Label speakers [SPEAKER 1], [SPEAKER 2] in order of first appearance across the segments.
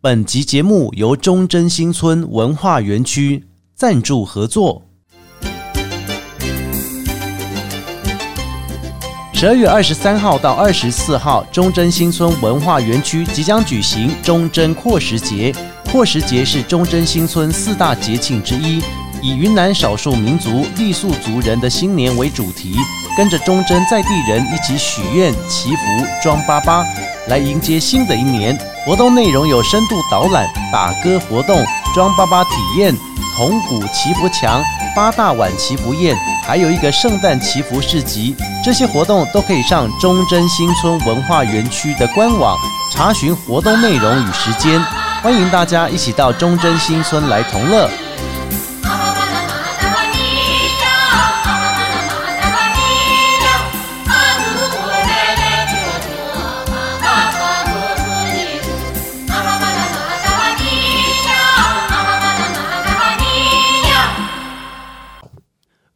[SPEAKER 1] 本集节目由忠贞新村文化园区赞助合作。十二月二十三号到二十四号，忠贞新村文化园区即将举行忠贞阔时节。阔时节是忠贞新村四大节庆之一，以云南少数民族傈僳族人的新年为主题，跟着忠贞在地人一起许愿、祈福、装粑粑，来迎接新的一年。活动内容有深度导览、打歌活动、装粑粑体验、铜鼓祈福墙、八大碗祈福宴，还有一个圣诞祈福市集。这些活动都可以上忠贞新村文化园区的官网查询活动内容与时间。欢迎大家一起到忠贞新村来同乐。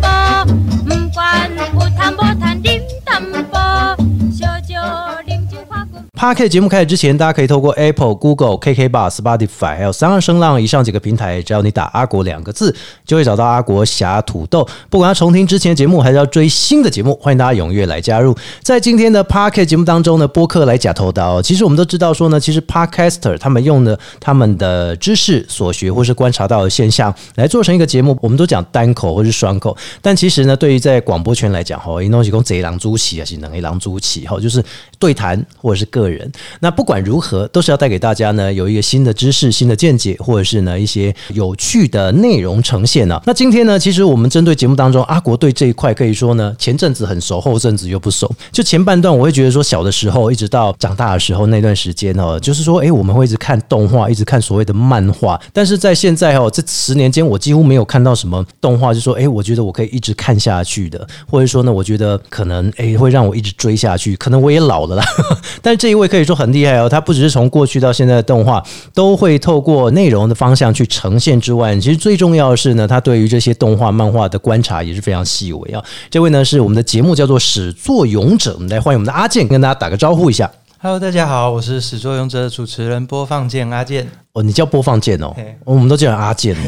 [SPEAKER 2] bò mâm quan bò tham bò than điểm tâm bò cho cho điểm chữ hoa cùng
[SPEAKER 1] p a r k 节目开始之前，大家可以透过 Apple、Google、KK Bar、Spotify 还有三二声浪以上几个平台，只要你打“阿国”两个字，就会找到阿国侠土豆。不管要重听之前的节目，还是要追新的节目，欢迎大家踊跃来加入。在今天的 p a r k 节目当中呢，播客来假头刀。其实我们都知道说呢，其实 Podcaster 他们用的他们的知识所学或是观察到的现象来做成一个节目，我们都讲单口或是双口，但其实呢，对于在广播圈来讲，吼，一东西讲贼狼猪起啊，是能一狼猪起，吼，就是对谈或者是个人。那不管如何，都是要带给大家呢有一个新的知识、新的见解，或者是呢一些有趣的内容呈现呢、那今天呢，其实我们针对节目当中，阿国对这一块可以说呢，前阵子很熟，后阵子又不熟。就前半段，我会觉得说小的时候，一直到长大的时候那段时间哦，就是说，诶，我们会一直看动画，一直看所谓的漫画，但是在现在哦，这十年间，我几乎没有看到什么动画，就说，诶，我觉得我可以一直看下去的，或者说呢，我觉得可能诶会让我一直追下去，可能我也老了啦，但这一位可以说很厉害哦，他不只是从过去到现在的动画都会透过内容的方向去呈现之外，其实最重要的是呢，他对于这些动画、漫画的观察也是非常细微啊。这位呢是我们的节目叫做《始作俑者》，我们来欢迎我们的阿健跟大家打个招呼一下。
[SPEAKER 3] Hello，大家好，我是始作俑者的主持人播放键阿健
[SPEAKER 1] 哦，你叫播放键哦
[SPEAKER 3] 嘿，
[SPEAKER 1] 我们都叫人阿健哦，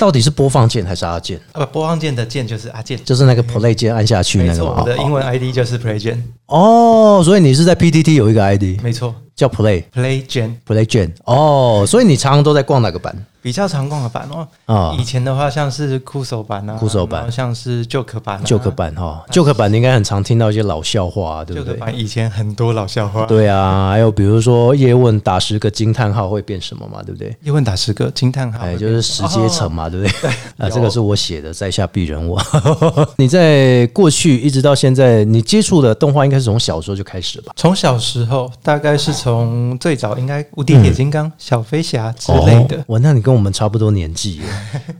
[SPEAKER 1] 到底是播放键还是阿健？
[SPEAKER 3] 啊，不，播放键的键就是阿健，
[SPEAKER 1] 就是那个 play 键按下去
[SPEAKER 3] 嗯没
[SPEAKER 1] 那个
[SPEAKER 3] 错，
[SPEAKER 1] 嘛
[SPEAKER 3] 我的英
[SPEAKER 1] 哦
[SPEAKER 3] 文 ID 就是 Play 键，
[SPEAKER 1] 哦，所以你是在 PTT 有一个 ID
[SPEAKER 3] 没错
[SPEAKER 1] 叫 play
[SPEAKER 3] ，Play 键
[SPEAKER 1] play 键哦，所以你常常都在逛哪个版？
[SPEAKER 3] 比较常逛的版哦。
[SPEAKER 1] 啊
[SPEAKER 3] 以前的话像是酷手版啊，
[SPEAKER 1] 酷手版
[SPEAKER 3] 然后像是 Joke 版、啊，
[SPEAKER 1] 旧刻版哈，旧刻版你应该很常听到一些老笑话、啊，对不
[SPEAKER 3] ，Joke
[SPEAKER 1] 对？
[SPEAKER 3] 嗯版以前很多老笑话，，
[SPEAKER 1] 对啊，还有比如说叶问打十个惊叹号会变什么嘛，对不对？
[SPEAKER 3] 一问打十个惊叹号，
[SPEAKER 1] 哎，就是十阶层嘛，对不对？啊，
[SPEAKER 3] 哦有
[SPEAKER 1] 这个是我写的，在下鄙人我。 你在过去一直到现在，你接触的动画应该是从小时候就开始吧？
[SPEAKER 3] 从小时候，大概是从最早应该无敌铁金刚、小飞侠之类的
[SPEAKER 1] 哦。哇，那你跟我们差不多年纪耶，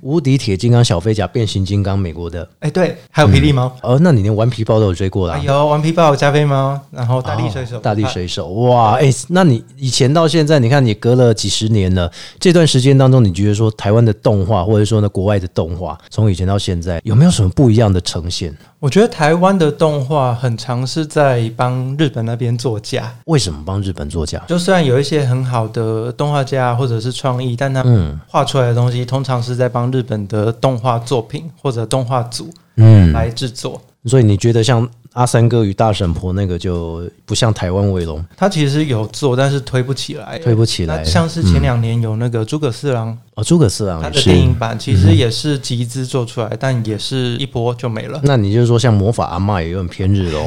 [SPEAKER 1] 无敌铁金刚、小飞侠、变形金刚，美国的。
[SPEAKER 3] 哎、对，还有霹雳猫，
[SPEAKER 1] 哦，那你连顽皮豹都有追过啦
[SPEAKER 3] 还？有顽皮豹、加菲猫，然后大力水手、
[SPEAKER 1] 哦大力水手，哇，哎、那你以前到现在，你看你隔了几十年了，这段时间当中，你觉得说台湾的动画，或者说呢国外的动画，从以前到现在，有没有什么不一样的呈现？
[SPEAKER 3] 我觉得台湾的动画很常是在帮日本那边作假，
[SPEAKER 1] 为什么帮日本作家？
[SPEAKER 3] 就虽然有一些很好的动画家或者是创意，但他
[SPEAKER 1] 嗯
[SPEAKER 3] 画出来的东西通常是在帮日本的动画作品或者动画组
[SPEAKER 1] 嗯，
[SPEAKER 3] 来制作。
[SPEAKER 1] 所以你觉得像阿三哥与大婶婆那个就不像台湾卫龙，
[SPEAKER 3] 他其实有做，但是推不起来。
[SPEAKER 1] 推不起来
[SPEAKER 3] 那像是前两年有那个诸葛四郎，
[SPEAKER 1] 哦，诸葛四郎
[SPEAKER 3] 他
[SPEAKER 1] 也
[SPEAKER 3] 的
[SPEAKER 1] 哦
[SPEAKER 3] 电
[SPEAKER 1] 是。嗯。
[SPEAKER 3] 影版其实也是集资做出来，但也是一波就没了
[SPEAKER 1] 那你就说像魔法阿嬷也有点偏日喽，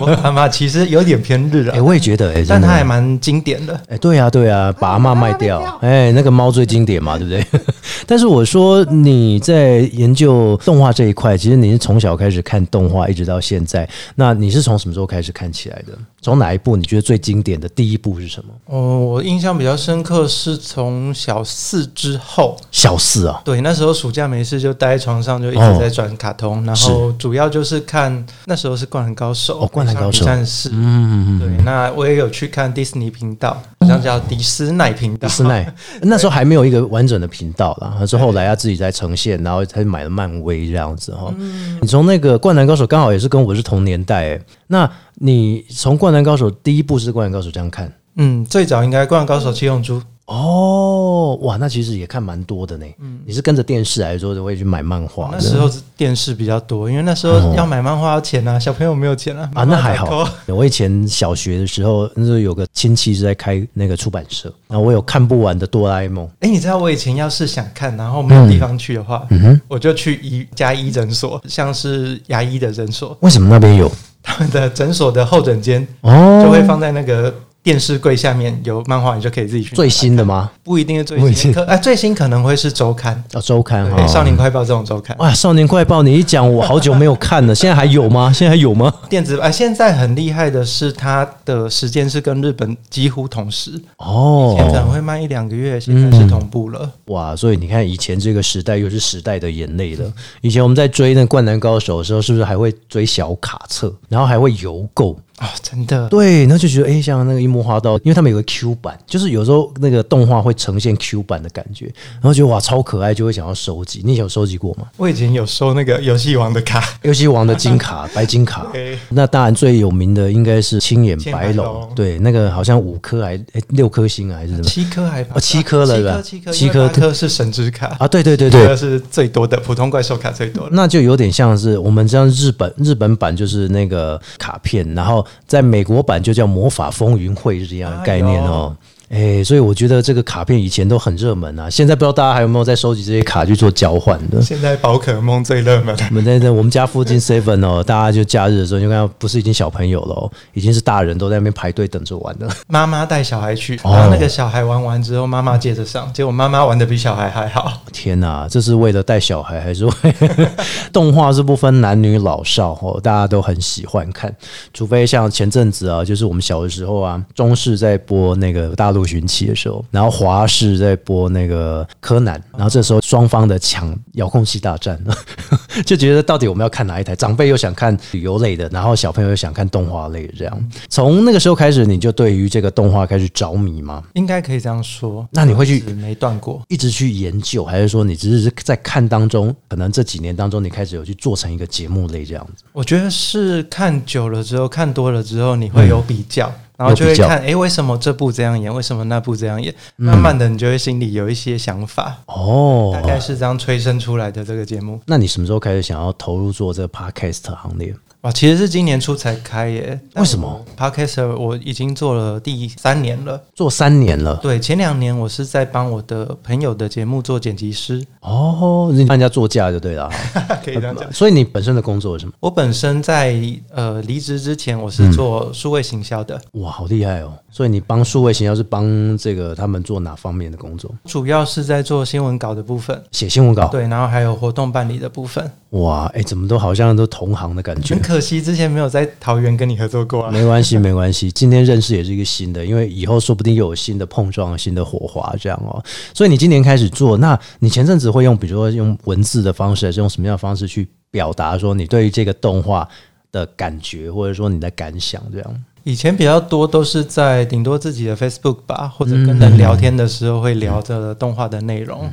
[SPEAKER 3] 我看法其实有点偏日
[SPEAKER 1] 哎、
[SPEAKER 3] 啊，
[SPEAKER 1] 我也觉得哎、真
[SPEAKER 3] 但
[SPEAKER 1] 的
[SPEAKER 3] 他还蛮经典的。
[SPEAKER 1] 哎、对呀、对呀、把阿嬷卖掉，哎、那个猫最经典嘛，对 不对？但是我说你在研究动画这一块，其实你是从小开始看动画，一直到现在，那你是从什么时候开始看起来的？从哪一部你觉得最经典的第一部是什么？
[SPEAKER 3] 哦，我印象比较深刻是从小四之后，
[SPEAKER 1] 小四啊，
[SPEAKER 3] 对，那时候暑假没事就待在床上，就一
[SPEAKER 1] 哦
[SPEAKER 3] 直在转卡通，然后主要就是看那时候是《灌篮高手》
[SPEAKER 1] 哦灌篮高手
[SPEAKER 3] 美少女战士》。
[SPEAKER 1] 嗯，
[SPEAKER 3] 对，那我也有去看 Disney 频道，好像叫迪斯奈频道。
[SPEAKER 1] 迪士奈那时候还没有一个完整的频道啦，他是后来他自己在呈现，然后他就买了漫威这样子哈。你从那个《灌篮高手》刚好也是跟我是同年代、欸，那你从《灌篮高手》第一部是《灌篮高手》这样看
[SPEAKER 3] 嗯，最早应该《灌篮高手》七龙珠，
[SPEAKER 1] 哦，哇，那其实也看蛮多的呢。你是跟着电视来说，就会去买漫画的，
[SPEAKER 3] 嗯那时候电视比较多，因为那时候要买漫画要钱啊，小朋友没有钱啊。
[SPEAKER 1] 哦啊，
[SPEAKER 3] 妈
[SPEAKER 1] 那
[SPEAKER 3] 妈
[SPEAKER 1] 还
[SPEAKER 3] 打
[SPEAKER 1] 好
[SPEAKER 3] 扣。
[SPEAKER 1] 我以前小学的时候，那时候有个亲戚是在开那个出版社，然后我有看不完的《哆啦 A 梦》。
[SPEAKER 3] 哎、你知道我以前要是想看，然后没有地方去的话，
[SPEAKER 1] 嗯
[SPEAKER 3] 我就去医加医诊所，像是牙医的诊所，
[SPEAKER 1] 为什么那边有？
[SPEAKER 3] 他们的诊所的候诊间
[SPEAKER 1] 哦，
[SPEAKER 3] 就会放在那个电视柜下面有漫画，你就可以自己去拿。
[SPEAKER 1] 最新的吗？
[SPEAKER 3] 不一定是
[SPEAKER 1] 不一
[SPEAKER 3] 最新，
[SPEAKER 1] 定
[SPEAKER 3] 可哎、最新可能会是周刊，
[SPEAKER 1] 哦，周刊
[SPEAKER 3] 对
[SPEAKER 1] 哈，
[SPEAKER 3] 少年快报》这种周刊。
[SPEAKER 1] 哇，《少年快报》，你一讲，我好久没有看了，现在还有吗？现在还有吗？
[SPEAKER 3] 电子版现在很厉害的是，它的时间是跟日本几乎同时，以前可能
[SPEAKER 1] 哦，嗯
[SPEAKER 3] 会慢一两个月，现在是同步了。
[SPEAKER 1] 哇，所以你看，以前这个时代又是时代的眼泪了。以前我们在追那《灌篮高手》的时候，是不是还会追小卡册，然后还会邮购？
[SPEAKER 3] 哦，真的，
[SPEAKER 1] 对，然后就觉得哎、诶像那个樱木花道，因为他们有个 Q 版，就是有时候那个动画会呈现 Q 版的感觉，然后觉得哇超可爱，就会想要收集。你以前有收集过吗？
[SPEAKER 3] 我以前有收那个游戏王 的卡，
[SPEAKER 1] 游戏王的金卡、白金卡
[SPEAKER 3] 对，
[SPEAKER 1] 那当然最有名的应该是青眼白
[SPEAKER 3] 青眼白
[SPEAKER 1] 龙
[SPEAKER 3] 龙，
[SPEAKER 1] 对，那个好像五颗还、诶六颗星啊还是 什么
[SPEAKER 3] 七颗还吧
[SPEAKER 1] 哦七颗了
[SPEAKER 3] 七
[SPEAKER 1] 是吧
[SPEAKER 3] 颗七颗
[SPEAKER 1] 七
[SPEAKER 3] 七
[SPEAKER 1] 颗
[SPEAKER 3] 颗，八颗是神之卡，
[SPEAKER 1] 啊？对对对
[SPEAKER 3] 七
[SPEAKER 1] 对
[SPEAKER 3] 颗，是最多的，普通怪兽卡最多了。
[SPEAKER 1] 那就有点像是我们像日本日本版就是那个卡片，然后在美国版就叫《魔法风云会》这样的概念哦。哎、所以我觉得这个卡片以前都很热门啊，现在不知道大家还有没有在收集这些卡去做交换的。
[SPEAKER 3] 现在宝可梦最热门，
[SPEAKER 1] 我们在在我们家附近 Seven 哦，大家就假日的时候，你就看到不是已经小朋友了、哦，已经是大人都在那边排队等着玩了。
[SPEAKER 3] 妈妈带小孩去，
[SPEAKER 1] 哦
[SPEAKER 3] 然后那个小孩玩完之后，妈妈接着上，结果妈妈玩的比小孩还好。
[SPEAKER 1] 天呐、这是为了带小孩，还是为 动画是不分男女老少哦，大家都很喜欢看。除非像前阵子啊，就是我们小的时候啊，中视在播那个大陆寻奇的时候，然后华视在播那个柯南，然后这时候双方的抢遥控器大战， 就觉得到底我们要看哪一台？长辈又想看旅游类的，然后小朋友又想看动画类的，这样。从那个时候开始，你就对于这个动画开始着迷吗？
[SPEAKER 3] 应该可以这样说。
[SPEAKER 1] 那你会去
[SPEAKER 3] 一直没断过？
[SPEAKER 1] 一直去研究，还是说你只是在看当中，可能这几年当中你开始有去做成一个节目类这样子？
[SPEAKER 3] 我觉得是看久了之后，看多了之后，你会有比较，然后就
[SPEAKER 1] 嗯有
[SPEAKER 3] 会
[SPEAKER 1] 比较嗯
[SPEAKER 3] 看，诶，为什么这部这样演，为什么那部这样演？慢慢的，你就会心里有一些想法，
[SPEAKER 1] 哦
[SPEAKER 3] 大，概是这样催生出来的这个节目。
[SPEAKER 1] 那你什么时候开始想要投入做这个 podcast 行列？
[SPEAKER 3] 哇，啊其实是今年初才开耶。
[SPEAKER 1] 为什么
[SPEAKER 3] ？Podcast 我已经做了第三年了。
[SPEAKER 1] 做三年了
[SPEAKER 3] 对，前两年我是在帮我的朋友的节目做剪辑师，
[SPEAKER 1] 哦，你帮人家做价就对了啊。
[SPEAKER 3] 可以这样讲。
[SPEAKER 1] 所以你本身的工作是什么？
[SPEAKER 3] 呃我本身在呃离职之前，我是做数位行销的，
[SPEAKER 1] 哇，好厉害哦！所以你帮数位行销是帮这个他们做哪方面的工作？
[SPEAKER 3] 主要是在做新闻稿的部分。
[SPEAKER 1] 写新闻稿？
[SPEAKER 3] 对，然后还有活动办理的部分。
[SPEAKER 1] 哇，哎、怎么都好像都同行的感觉
[SPEAKER 3] 很。可惜之前没有在桃园跟你合作过啊。
[SPEAKER 1] 没关系，没关系。今天认识也是一个新的，因为以后说不定又有新的碰撞、新的火花这样哦。所以你今年开始做，那你前阵子会用，比如说用文字的方式，还是用什么样的方式去表达说你对于这个动画的感觉，或者说你的感想这样？
[SPEAKER 3] 以前比较多都是在顶多自己的 Facebook 吧，或者
[SPEAKER 1] 嗯
[SPEAKER 3] 跟人聊天的时候会聊着动画的内容，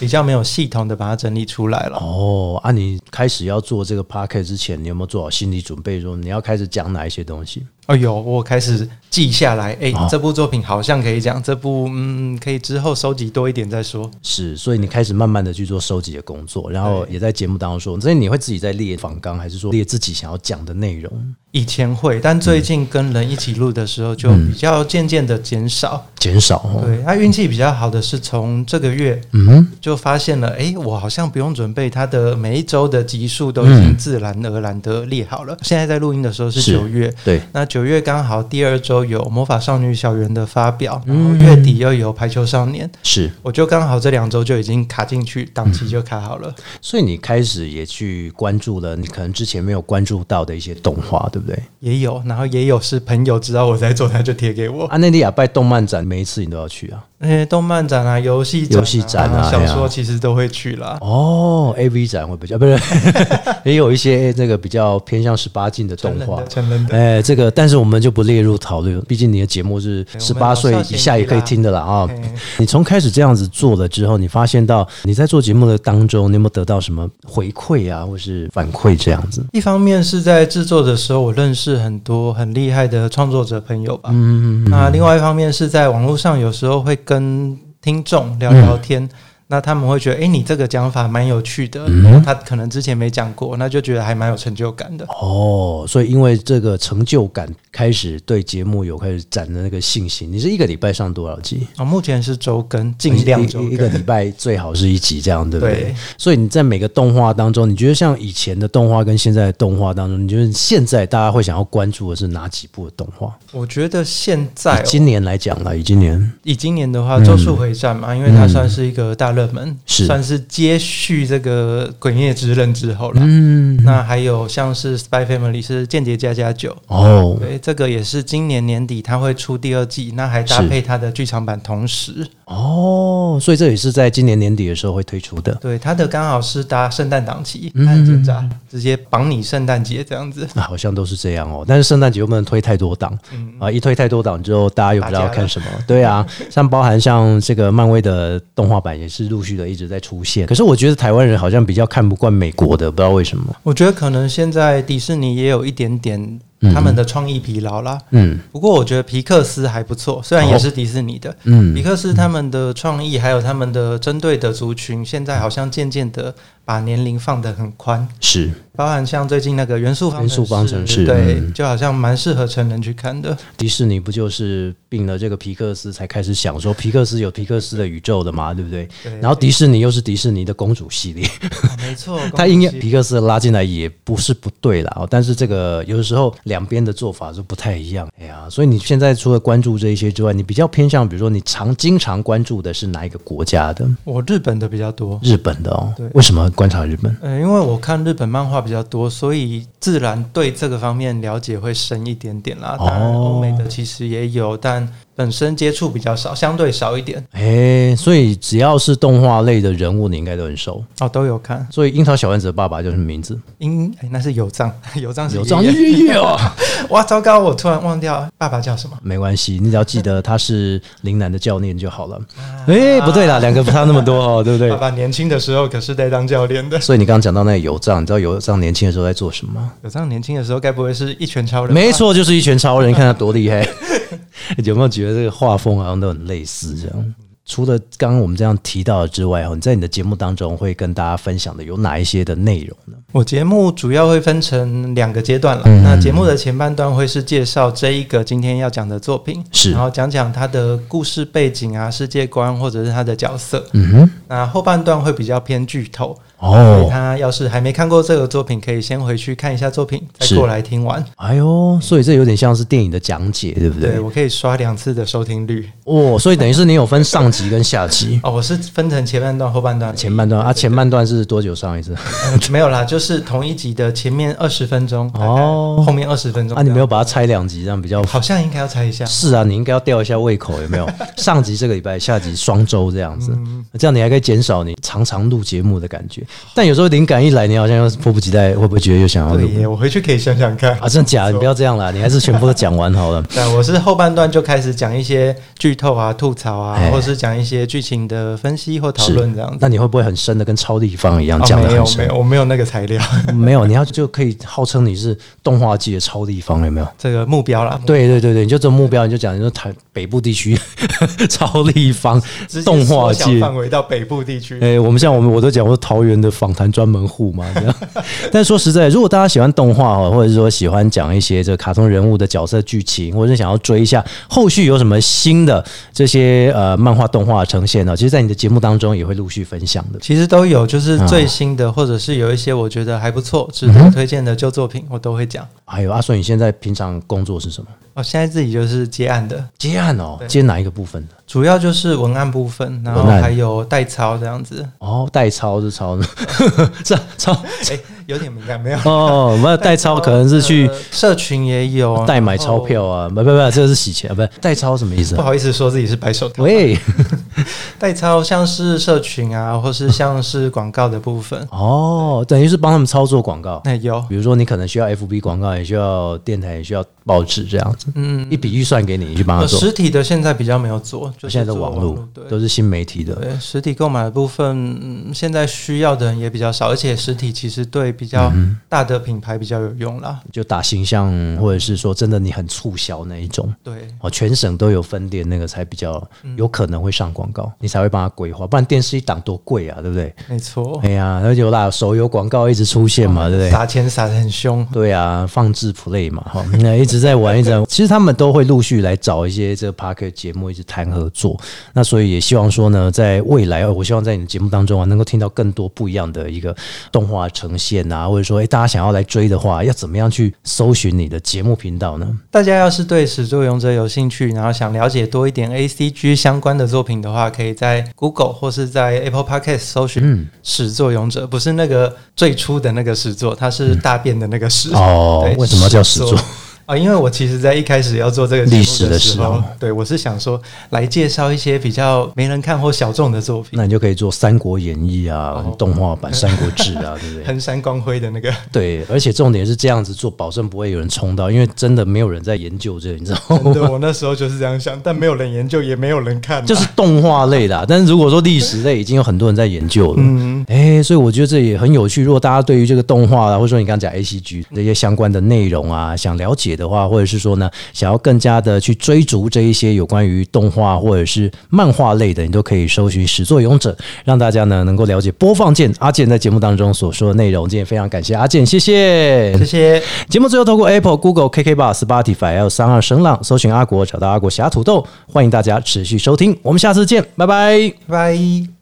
[SPEAKER 3] 比较没有系统的把它整理出来了。
[SPEAKER 1] 哦，啊，你开始要做这个 p a r k e t 之前，你有没有做好心理准备，说你要开始讲哪一些东西？
[SPEAKER 3] 哦，有，我开始记下来，哎、
[SPEAKER 1] 哦
[SPEAKER 3] 这部作品好像可以讲，这部嗯可以之后收集多一点再说。
[SPEAKER 1] 是，所以你开始慢慢的去做收集的工作，然后也在节目当中说，所以你会自己在列访纲，还是说列自己想要讲的内容，
[SPEAKER 3] 以前会，但最近跟人一起录的时候就比较渐渐的减少。
[SPEAKER 1] 减少、嗯哦？
[SPEAKER 3] 对，他运气比较好的是从这个月
[SPEAKER 1] 嗯。
[SPEAKER 3] 就发现了，诶，我好像不用准备，它的每一周的集数都已经自然而然的列好了。现在在录音的时候是
[SPEAKER 1] 是
[SPEAKER 3] 九月，
[SPEAKER 1] 对，
[SPEAKER 3] 那九月刚好第二周有《魔法少女小圆》的发表，然
[SPEAKER 1] 嗯
[SPEAKER 3] 后月底又有《排球少年》
[SPEAKER 1] 是，
[SPEAKER 3] 我就刚好这两周就已经卡进去，档期就卡好了。
[SPEAKER 1] 所以你开始也去关注了你可能之前没有关注到的一些动画，对不对？
[SPEAKER 3] 也有，然后也有是朋友知道我在做，他就贴给我。
[SPEAKER 1] 安内利亚拜动漫展每一次你都要去啊，
[SPEAKER 3] 那些动漫展啊、游戏展啊
[SPEAKER 1] 游戏展啊
[SPEAKER 3] 小
[SPEAKER 1] 哎呀
[SPEAKER 3] 说其实都会去啦。
[SPEAKER 1] 哦，A V 展会比较不是， 也有一些那个比较偏向十八禁的动
[SPEAKER 3] 成人
[SPEAKER 1] 画
[SPEAKER 3] 的，。成人的，
[SPEAKER 1] 哎，这个，但是我们就不列入讨论，毕竟你的节目是
[SPEAKER 3] 哎我们
[SPEAKER 1] 十八岁
[SPEAKER 3] 老少
[SPEAKER 1] 以
[SPEAKER 3] 咸宜
[SPEAKER 1] 下也可以
[SPEAKER 3] 啦
[SPEAKER 1] 听的啦啊
[SPEAKER 3] 哎。
[SPEAKER 1] 你从开始这样子做了之后，你发现到你在做节目的当中，你有没有得到什么回馈啊，或是反馈这样子？
[SPEAKER 3] 一方面是在制作的时候，我认识很多很厉害的创作者朋友吧。
[SPEAKER 1] 嗯，
[SPEAKER 3] 那另外一方面是在网络上，有时候会跟听众聊聊天。
[SPEAKER 1] 嗯
[SPEAKER 3] 那他们会觉得，哎、你这个讲法蛮有趣的，然后他可能之前没讲过，那就觉得还蛮有成就感的。
[SPEAKER 1] 哦，所以因为这个成就感，开始对节目有开始攒的那个信心。你是一个礼拜上多少集？
[SPEAKER 3] 我、哦目前是周更，尽量周
[SPEAKER 1] 一一一
[SPEAKER 3] 更。
[SPEAKER 1] 个礼拜最好是一集这样，对不对？
[SPEAKER 3] 对
[SPEAKER 1] 所以你在每个动画当中，你觉得像以前的动画跟现在的动画当中，你觉得现在大家会想要关注的是哪几部的动画？
[SPEAKER 3] 我觉得现在哦、
[SPEAKER 1] 今年来讲啦，以今年
[SPEAKER 3] 以今年的话，《咒术回战》嘛，因为它算是一个大
[SPEAKER 1] 嗯
[SPEAKER 3] 热门，
[SPEAKER 1] 是
[SPEAKER 3] 算是接续这个《鬼灭之刃》之后了。
[SPEAKER 1] 嗯，
[SPEAKER 3] 那还有像是《Spy Family》是《间谍加加九
[SPEAKER 1] 哦》，，
[SPEAKER 3] 对，这个也是今年年底它会出第二季，那还搭配它的剧场版同时，
[SPEAKER 1] 哦，所以这也是在今年年底的时候会推出的。
[SPEAKER 3] 对，它的刚好是搭圣诞档期，
[SPEAKER 1] 嗯
[SPEAKER 3] 按着炸直接绑你圣诞节这样子。
[SPEAKER 1] 啊好像都是这样哦，但是圣诞节又不能推太多档、啊，一推太多档之后，大家又不知道要看什么。对啊，像包含像这个漫威的动画版也是陆续的一直在出现，可是我觉得台湾人好像比较看不惯美国的，不知道为什么。
[SPEAKER 3] 我觉得可能现在迪士尼也有一点点他们的创意疲劳啦。
[SPEAKER 1] 嗯
[SPEAKER 3] 不过我觉得皮克斯还不错，虽然也是迪士尼的，
[SPEAKER 1] 嗯
[SPEAKER 3] 皮克斯他们的创意还有他们的针对的族群，现在好像渐渐的把年龄放得很宽，
[SPEAKER 1] 是，
[SPEAKER 3] 包含像最近那个元素方程式
[SPEAKER 1] 元素方程式
[SPEAKER 3] 对，
[SPEAKER 1] 嗯
[SPEAKER 3] 就好像蛮适合成人去看的。
[SPEAKER 1] 迪士尼不就是并了这个皮克斯才开始想说皮克斯有皮克斯的宇宙的嘛，对不对？
[SPEAKER 3] 对
[SPEAKER 1] 然后迪士尼又是迪士尼的公主系列，
[SPEAKER 3] 啊没错，
[SPEAKER 1] 他应该
[SPEAKER 3] 恭喜
[SPEAKER 1] 皮克斯拉进来也不是不对啦，哦但是这个有的时候两边的做法是不太一样。哎呀，所以你现在除了关注这一些之外，你比较偏向，比如说你常经常关注的是哪一个国家的？
[SPEAKER 3] 我日本的比较多。
[SPEAKER 1] 日本的哦
[SPEAKER 3] 对，
[SPEAKER 1] 为什么观察日本？
[SPEAKER 3] 呃，因为我看日本漫画比较多，所以自然对这个方面了解会深一点点啦。
[SPEAKER 1] 哦
[SPEAKER 3] 当然，欧美的其实也有，但本身接触比较少，相对少一点。
[SPEAKER 1] 哎，所以只要是动画类的人物，你应该都很熟。
[SPEAKER 3] 哦，都有看。
[SPEAKER 1] 所以樱桃小丸子的爸爸叫什么名字？
[SPEAKER 3] 因哎、那是有藏， 有藏是
[SPEAKER 1] 有张
[SPEAKER 3] 爷爷
[SPEAKER 1] 月月哦。
[SPEAKER 3] 哇，糟糕！我突然忘掉爸爸叫什么。
[SPEAKER 1] 没关系，你只要记得他是陵南的教练就好了。
[SPEAKER 3] 啊
[SPEAKER 1] 哎、不对啦，两个不差那么多哦，对不对
[SPEAKER 3] 爸？爸年轻的时候可是在当教练的。
[SPEAKER 1] 所以你刚刚讲到那个油藏，你知道油藏年轻的时候在做什么吗？
[SPEAKER 3] 有藏年轻的时候，该不会是一拳超人？
[SPEAKER 1] 没，错，就是一拳超人，你看他多厉害。 有没有觉得这个画风好像都很类似这样？除了刚刚我们这样提到的之外，哦，你在你的节目当中会跟大家分享的有哪一些的内容呢？
[SPEAKER 3] 我节目主要会分成两个阶段了。
[SPEAKER 1] 嗯
[SPEAKER 3] 那节目的前半段会是介绍这一个今天要讲的作品，
[SPEAKER 1] 是
[SPEAKER 3] 然后讲讲它的故事背景啊、世界观或者是它的角色。
[SPEAKER 1] 嗯哼，
[SPEAKER 3] 那后半段会比较偏剧透，所以
[SPEAKER 1] 哦，
[SPEAKER 3] 他要是还没看过这个作品，可以先回去看一下作品，
[SPEAKER 1] 是
[SPEAKER 3] 再过来听完。
[SPEAKER 1] 哎呦，所以这有点像是电影的讲解，对不
[SPEAKER 3] 对
[SPEAKER 1] 对？
[SPEAKER 3] 我可以刷两次的收听率，
[SPEAKER 1] 哦，所以等于是你有分上集跟下集
[SPEAKER 3] 哦，我是分成前半段、后半段。
[SPEAKER 1] 前半段啊，前半段是多久上一 次？
[SPEAKER 3] 呃 没有啦，就是同一集的前面二十分钟，
[SPEAKER 1] 哦
[SPEAKER 3] 哦，后面二十分钟
[SPEAKER 1] 啊，你没有
[SPEAKER 3] 有？
[SPEAKER 1] 把它拆两集，这样比较
[SPEAKER 3] 好像应该要猜一下，
[SPEAKER 1] 是啊，你应该要吊一下胃口，有没 有？上集这个礼拜，下集双周这样子，
[SPEAKER 3] 嗯
[SPEAKER 1] 这样你还可以减少你常常录节目的感觉。但有时候灵感一来，你好像又迫不及待，会不会觉得又想要录
[SPEAKER 3] 对？耶，我回去可以想想看
[SPEAKER 1] 啊，。真的假的？你不要这样啦，你还是全部都讲完好 了。
[SPEAKER 3] 对，我是后半段就开始讲一些剧透啊、吐槽啊
[SPEAKER 1] 哎，
[SPEAKER 3] 或是讲一些剧情的分析或讨
[SPEAKER 1] 是
[SPEAKER 3] 论这样子。
[SPEAKER 1] 那你会不会很深的跟超立方一样
[SPEAKER 3] 哦
[SPEAKER 1] 讲的
[SPEAKER 3] 没有
[SPEAKER 1] 很深？
[SPEAKER 3] 没有，我没有那个材料，
[SPEAKER 1] 没有，你要就可以号称你是动画界的超立方，有没有？
[SPEAKER 3] 这个目标啦。
[SPEAKER 1] 对对对对，你就这目标，你就讲，你说台北部地区 超立方
[SPEAKER 3] 直接
[SPEAKER 1] 动画
[SPEAKER 3] 缩小
[SPEAKER 1] 界
[SPEAKER 3] 范围到北部地区。
[SPEAKER 1] 哎、我们像我们我都讲过桃园的访谈专门户嘛，这样。 但说实在，如果大家喜欢动画哦，或者说喜欢讲一些这个卡通人物的角色剧情，或者是想要追一下后续有什么新的这些呃漫画动画呈现呢、其实，在你的节目当中也会陆续分享的。
[SPEAKER 3] 其实都有，就是最新
[SPEAKER 1] 啊
[SPEAKER 3] 的，或者是有一些我觉得还不错、值
[SPEAKER 1] 嗯
[SPEAKER 3] 得推荐的旧作品，我都会讲。
[SPEAKER 1] 还有阿顺，所以你现在平常工作是什么？
[SPEAKER 3] 我现在自己就是接案的，
[SPEAKER 1] 接案哦，接哪一个部分的？
[SPEAKER 3] 主要就是文案部分，然后
[SPEAKER 1] 文案
[SPEAKER 3] 还有代操这样子。
[SPEAKER 1] 哦，代抄是抄呢，是啊，抄
[SPEAKER 3] 哎，有点敏感，没有。
[SPEAKER 1] 哦，没有代抄可能是去
[SPEAKER 3] 呃社群也有
[SPEAKER 1] 代买钞，
[SPEAKER 3] 然后
[SPEAKER 1] 票啊，不不不，这是洗钱，啊，不是代抄什么意思
[SPEAKER 3] 不
[SPEAKER 1] 啊？
[SPEAKER 3] 好意思说自己是白手套。
[SPEAKER 1] 喂，
[SPEAKER 3] 代抄像是社群啊，或是像是广告的部分，
[SPEAKER 1] 哦，等于是帮他们操作广告。
[SPEAKER 3] 那有
[SPEAKER 1] 比如说，你可能需要 FB 广告，也需要电台，也需要报纸这样子，嗯，一笔预算给你，你去帮他
[SPEAKER 3] 呃
[SPEAKER 1] 做。
[SPEAKER 3] 实体的现在比较没有做，就是
[SPEAKER 1] 现在的
[SPEAKER 3] 做
[SPEAKER 1] 网
[SPEAKER 3] 网
[SPEAKER 1] 络
[SPEAKER 3] 对
[SPEAKER 1] 都是新媒体的，
[SPEAKER 3] 对，实体购买的部分、嗯，现在需要的人也比较少，而且实体其实对比
[SPEAKER 1] 嗯
[SPEAKER 3] 较大的品牌比较有用啦。
[SPEAKER 1] 就打形象，或者是说真的你很促销那一种。
[SPEAKER 3] 对，
[SPEAKER 1] 哦，全省都有分店，那个才比较
[SPEAKER 3] 嗯
[SPEAKER 1] 有可能会上广告，你才会帮他规划，不然电视一档多贵啊，对不对？
[SPEAKER 3] 没错，
[SPEAKER 1] 哎呀，而且有啦，手游广告一直出现
[SPEAKER 3] 哦
[SPEAKER 1] 嘛，对不对？
[SPEAKER 3] 撒钱撒的很凶。
[SPEAKER 1] 对啊，放置 play 嘛，哈， 那一直在玩，一直在玩。其实他们都会陆续来找一些这个 Parker 节目，一直谈合作。那所以也希望说呢，在未来，呃我希望在你的节目当中啊，能够听到更多不一样的一个动画呈现啊，或者说，哎，大家想要来追的话，要怎么样去搜寻你的节目频道呢？
[SPEAKER 3] 大家要是对始作俑者有兴趣，然后想了解多一点 A C G 相关的作品的话，可以在 Google 或是在 Apple Podcast 搜
[SPEAKER 1] 嗯
[SPEAKER 3] 寻“始作俑者”，不是那个最初的那个始作，它是大便的那个始。
[SPEAKER 1] 哦
[SPEAKER 3] 对
[SPEAKER 1] 为什么叫始作
[SPEAKER 3] 啊、因为我其实，在一开始要做这个节目
[SPEAKER 1] 历史的
[SPEAKER 3] 的
[SPEAKER 1] 时
[SPEAKER 3] 时
[SPEAKER 1] 候
[SPEAKER 3] 候，对我是想说来介绍一些比较没人看或小众的作品，
[SPEAKER 1] 那你就可以做《三国演义》啊，动画版《三国志》啊，对不对？
[SPEAKER 3] 横山光辉的那 个。
[SPEAKER 1] 对，而且重点是这样子做，保证不会有人冲到，因为真的没有人在研究这个，你知道吗？
[SPEAKER 3] 真的，我那时候就是这样想，但没有人研究，也没有人看嘛，
[SPEAKER 1] 就是动画类啦，但是如果说历史类，已经有很多人在研究了。嗯，哎、所以我觉得这也很有趣。如果大家对于这个动画啊，或者说你刚刚讲 A C G 这些相关的内容啊，想了解的话，或者是说呢，想要更加的去追逐这一些有关于动画或者是漫画类的，你都可以搜寻始作俑者，让大家呢能够了解播放键阿健在节目当中所说的内容。今天非常感谢阿健，谢谢
[SPEAKER 3] 这。些
[SPEAKER 1] 节目最后透过 Apple、Google、KK Bar、Spotify 还有三二声浪搜寻阿国，找到阿国侠土豆，欢迎大家持续收听，我们下次见，拜拜。
[SPEAKER 3] 拜。